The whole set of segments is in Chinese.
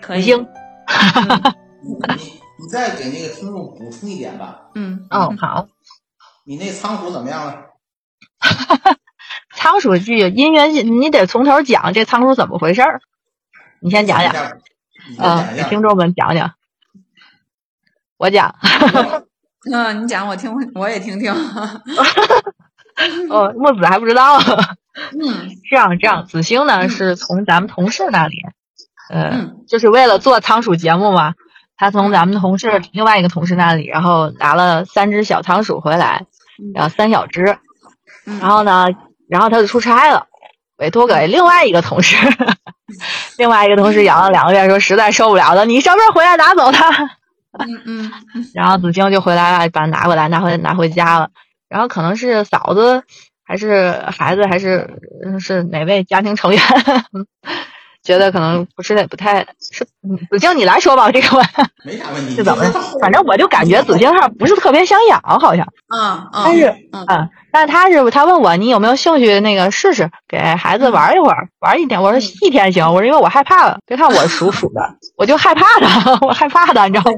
可以，你再给那个听众补充一点吧。嗯，哦，好，你那仓鼠怎么样了？仓鼠剧因缘，你得从头讲这仓鼠怎么回事儿。你先讲讲讲，你先啊，讲给一听讲。众们讲讲。我讲，嗯，你讲我听，我也听听。 哦，墨子还不知道。嗯这样这样，子星呢嗯是从咱们同事那里，呃，嗯就是为了做仓鼠节目嘛，他从咱们同事另外一个同事那里，然后拿了三只小仓鼠回来，然后三小只，嗯，然后呢，然后他就出差了，委托给另外一个同事， 另外一个同事养了两个月，说实在受不了了，你上班回来拿走它。嗯嗯 然后子晶就回来了，把它拿过来，拿回拿回家了。然后可能是嫂子，还是孩子，还是嗯是哪位家庭成员， 觉得可能不是不太是嗯子晶，你来说吧，这个问没啥问题。是怎么你就说反正我就感觉子晶她不是特别想养，好像。嗯，但是嗯，但他是他问我你有没有兴趣那个试试给孩子玩一会儿，玩一天。我说一天行，我说因为我害怕了，别看我属鼠 的，我就害怕它， 我害怕它，你知道吗？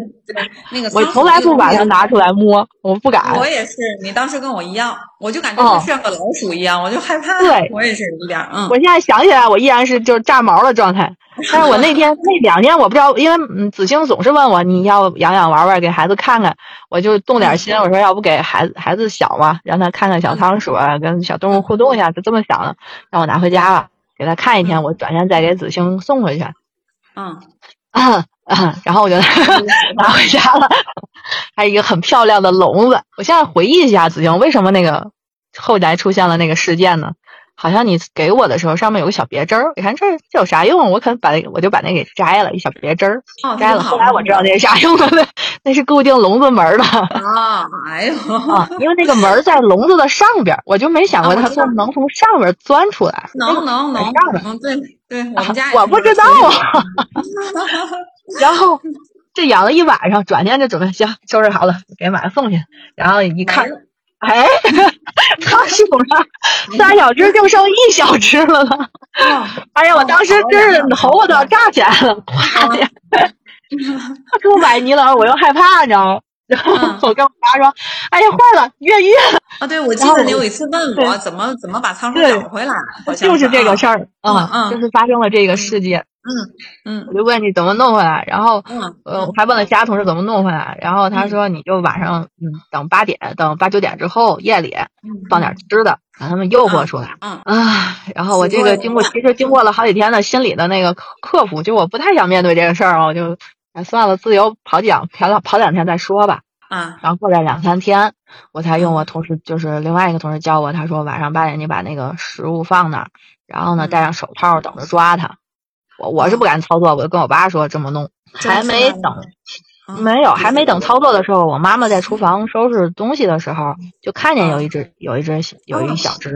那个我从来不把它拿出来摸，我不敢。我也是，你当时跟我一样，我就感觉就像个老鼠一样，我就害怕。对我也是有点儿，嗯我现在想起来，我依然是就是炸毛的状态。但是我那天那两天我不知道，因为嗯子星总是问我你要养养玩玩，给孩子看看，我就动点心，我说要不给孩子孩子小嘛，让他看看小仓鼠啊，跟小动物互动一下，就这么想的，让我拿回家了，给他看一天，我转天再给子星送回去。嗯， 然后我就拿回家了，还有一个很漂亮的笼子。我现在回忆一下，子晴为什么那个后来出现了那个事件呢？好像你给我的时候，上面有个小别针儿，你看这这有啥用？我可能把我就把那给摘了，一小别针儿哦，摘了。好后来我知道那是啥用的，那那是固定笼子 门儿的啊，哎呦，啊，因为那个门儿在笼子的上边儿，我就没想过啊我它知道从能从上边儿钻出来。能能能很大的，嗯，对对，我们家也啊我是不知道这啊。然后这养了一晚上，转天就准备行收拾好了，给买了送去。然后一看，哎，仓鼠了，嗯三小只就剩一小只了呢。样。哎哦呀，我当时真是头发都要炸起来了， 哗的。他给我买泥了，我又害怕，你知道吗？然后嗯 我跟我妈说：“哎呀，坏了，越狱了，啊，对，我记然后得你有一次问我对怎么怎么把仓鼠对找回来，好像就是这个事儿。儿嗯啊，嗯就是发生了这个事件。嗯我就问你怎么弄回来，然后嗯呃，我还问了其他同事怎么弄回来，然后他说你就晚上，嗯，等八点，等八九点之后，夜里嗯，放点吃的，把他们诱惑出来。嗯啊，然后我习这个惯了经过，其实经过了好几天的心理的那个克克服，就我不太想面对这个事儿了，我就哎算了，自由跑几两跑两跑两天再说吧。啊，然后过了两三天，我才嗯用我同事，就是另外一个同事教我，他说晚上八点你把那个食物放那儿，然后呢嗯戴上手套等着抓它。我我是不敢操作，我就跟我爸说这么弄，这么还没说来等嗯没有，还没等操作的时候，我妈妈在厨房收拾东西的时候，就看见有一只有一只有哦一小只，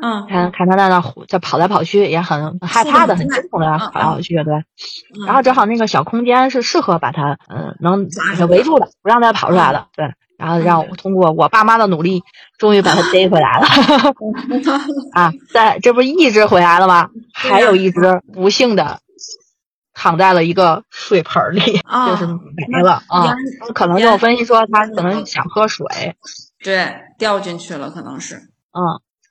嗯看看它在那胡在跑来跑去，也很害怕的，是很的惊恐的嗯跑来跑去，对。嗯然后正好那个小空间是适合把它，嗯、能抓住的把它嗯围住的，不让它跑出来的。对，然后让我通过我爸妈的努力，终于把它逮 回来了。啊，在这不是一只回来了吗？对呀还有一只不幸的躺在了一个水盆儿里，啊就是没了那啊。可能就我分析说，它可能嗯想喝水，对，掉进去了，可能是。嗯，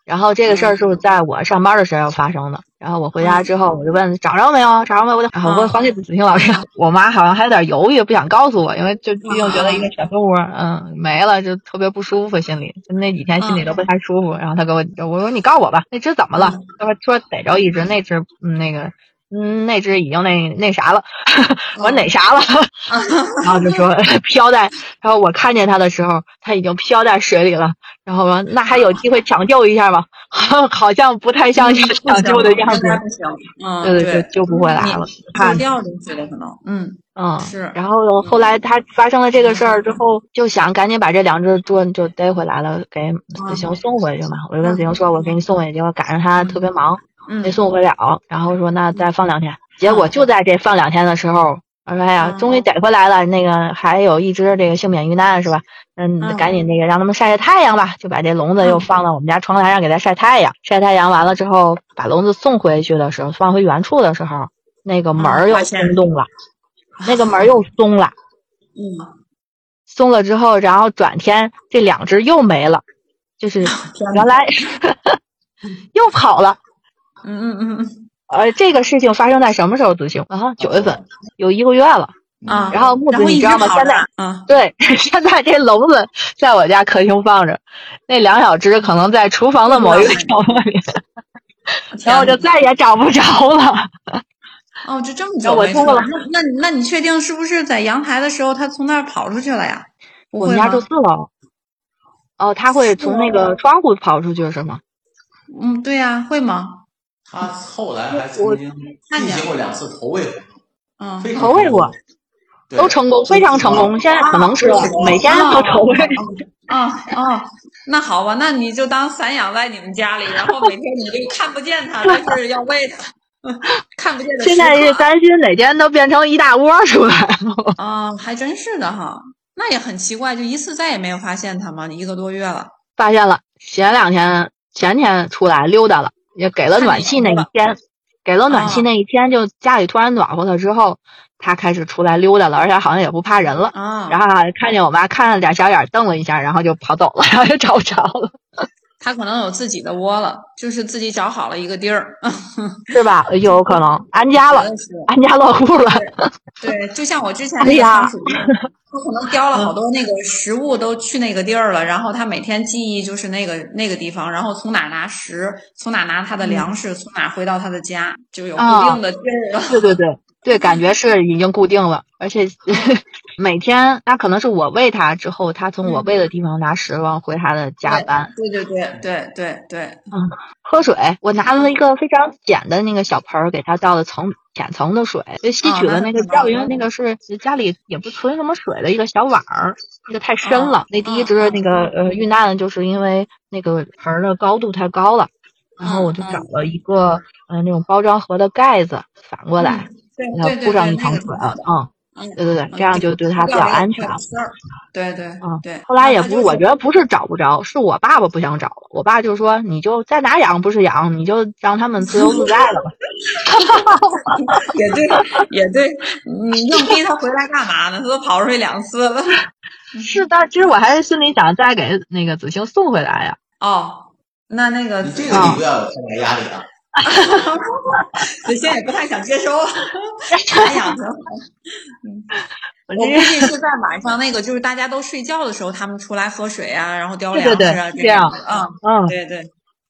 然后这个事儿是在我上班的时候发生的。然后我回家之后，我就问找着没有，找着没有，我就然后我还给子晴老师。啊 我妈好像还有点犹豫，不想告诉我，因为就毕竟觉得一个小动物，嗯，没了就特别不舒服，心里就那几天心里都不太舒服。然后她给我，我说你告我吧，那只怎么了？她说逮着一只，那只、嗯、那个。嗯，那只已经那那啥了，我说嗯哪啥了， 然后就说飘在，然后我看见它的时候，它已经飘在水里了，然后我说那还有机会抢救一下吗？ 好像不太像嗯要抢救的样子，不行，嗯，对对，就救不回来了，看就掉进去了可能，嗯，嗯。是，然后后来他发生了这个事儿之后，就想赶紧把这两只猪就逮回来了，给嗯子行送回去嘛。我就跟子行说，我给你送回去，结果赶上他特别忙，嗯没送回了。然后说那再放两天，结果就在这放两天的时候，我说哎呀，嗯终于逮回来了。那个还有一只这个幸免于难是吧？嗯，嗯赶紧那个让他们晒晒太阳吧，就把这笼子又放到我们家窗台上给它晒太阳。晒太阳完了之后，把笼子送回去的时候，放回原处的时候，那个门儿嗯又发现松动了，啊那个门儿又松了。嗯，松了之后，然后转天这两只又没了，就是原来 又跑了。嗯嗯嗯呃，这个事情发生在什么时候？子行啊，九月份，有一个月了。嗯啊，然后木然子后一你直知道吗？跑现着在啊，对，现在这笼子在我家客厅放着，那两小只可能在厨房的某一个角落里，然后我就天再也找不着了。嗯哪哦，就这么然久后我没通出过来，那那那你确定是不是在阳台的时候它从那儿跑出去了呀？不我们会家吗住？四楼，哦，它会从那个窗户跑出去是吗？嗯，对呀，会吗？他后来还曾经进行过两次投喂，嗯，非常啊投喂过，对都成功，非常成功，现在可能吃了，每天都投喂。啊啊，那好吧，那你就当散养在你们家里，然后每天你就看不见 它，但是要喂它， 看不见的时刻。现在是担心哪天都变成一大窝出来。啊，还真是的哈，那也很奇怪，就一次再也没有发现它嘛，一个多月了。发现了，前两天前天出来溜达了，也给了暖气那一天，给了暖气那一天，就家里突然暖和了之后，它开始出来溜达了，而且好像也不怕人了。啊，然后还看见我妈看了俩小眼儿瞪了一下，然后就跑走了， 然后就找不着了，它可能有自己的窝了，就是自己找好了一个地 儿，是吧？有可能安家了，真是安家落户了。对，就像我之前哎那个呀仓鼠一样，它可能叼了好多那个食物都去那个地儿了，然后它每天记忆就是那个那个地方，然后从哪儿拿食，从哪儿拿它的粮嗯食，从哪儿回到它的家，就有固啊定的地儿了。 对对对对，感觉是已经固定了，而且每天那可能是我喂它之后，它从我喂的地方拿食往回它的家搬。对对对对对对，喝水，我拿了一个非常浅的那个小盆儿，给它倒了层浅层的水，就吸取哦了那个啊那钓很鱼好那个是家里也不存什么水的一个小碗儿，那个太深了。那第一啊只那个呃遇难的就是因为那个盆儿的高度太高了，然后我就嗯嗯找了一个呃那种包装盒的盖子反过来，对对给它对铺上对，一那层个水挺好啊的，嗯，嗯对对对，这样就对它它比较安全。啊对对嗯对，后来那也它不是，就我觉得不是找不着，是我爸爸不想找了。我爸就说：“你就在哪养不是养，你就让他们自由自在了吧。也对也对，你硬逼它回来干嘛呢？它都跑出去两次了。” 是的，其实我还心里想再给那个子星送回来 呀。哦，那那个你这个你不要有太大压力啊。子欣也不太想接收，散 养着。我我估这计是在晚上那个，就是大家都睡觉的时候，他们出来喝水啊，然后叼对粮对食对啊，这样种的。嗯，嗯，对对，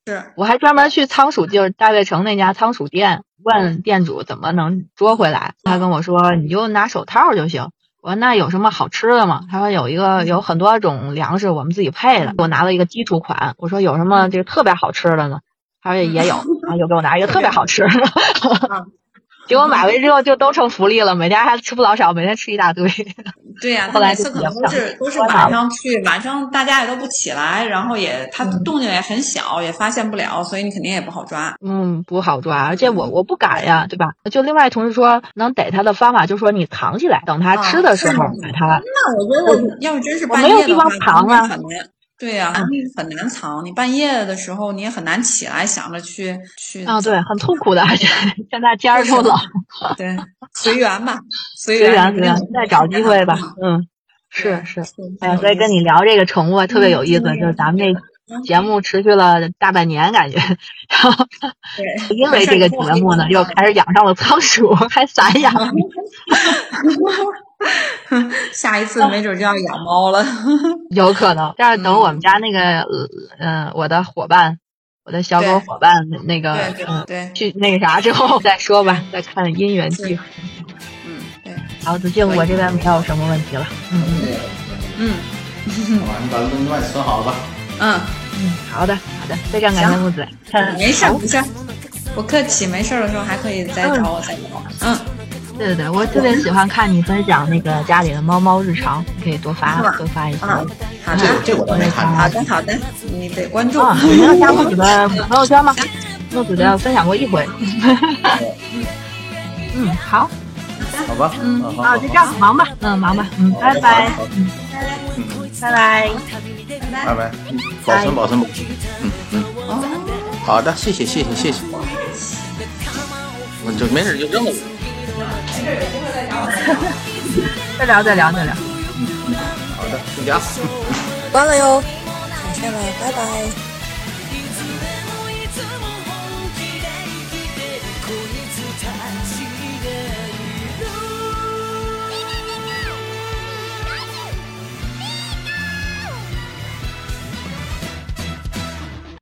是我还专门去仓鼠，就是大悦城那家仓鼠店问店主怎么能捉回来。他跟我说：“你就拿手套就行。”我说：“那有什么好吃的吗？”他说：“有一个有很多种粮食，我们自己配的。”我拿了一个基础款，我说：“有什么这个特别好吃的呢？”他说：“也有。”然后又给我拿一个特别好吃的。 结果买回去之后就都成福利了，每天还吃不老少，每天吃一大堆。对呀、后他来每次可就比较能都想是都是观察晚上去，晚上大家也都不起来，然后也他嗯动静也很小，也发现不了，所以你肯定也不好抓。嗯，不好抓，而且嗯我我不敢呀，对吧？就另外同事说，能逮它的方法就是说你藏起来，等它啊吃的时是候吗把它那我觉得我要是真是我半没有夜地的话，肯方藏定啊很难。对呀、很难藏。你半夜的时候，你也很难起来想着去去啊，对，很痛苦的，而且 现在天儿又冷，对， 随缘吧，随随缘缘，随缘，再找机会吧。嗯，是是，哎呀，所以跟你聊这个宠物啊特别有意思，嗯就是咱们这节目持续了大半年，感觉，然后对，因为这个节目呢，又开始养上了仓鼠，还散养。下一次没准就要养嗯猫了。有可能。但是等我们家那个，呃，我的伙伴我的小狗对伙伴那个对对嗯对，去那个啥之后再说吧，再看姻缘聚合。嗯对，好，子静，可以我这边没有什么问题了。嗯嗯嗯好吧，你把论断存好了吧。嗯，嗯，好的好的，非常感谢木子。嗯没事儿好没事儿，不客气，没事儿的时候还可以再找我再聊。嗯，对对对，我特别喜欢看你分享那个家里的猫猫日常，可以多发是吧多发一些。嗯好这的个这我倒没看好过。的好的，你得关注。啊，你没有加木子的朋友圈吗？木子的分享过一回。 嗯，好，好吧，嗯好那啊就这，样，忙吧，嗯，忙吧，嗯，拜拜，好嗯，拜拜。拜拜，嗯保存保存保存，嗯嗯，哦好的，谢谢谢谢谢谢，我就没事就扔了。再聊，再聊，再聊。好的，回家。关了哟，感谢了，拜拜。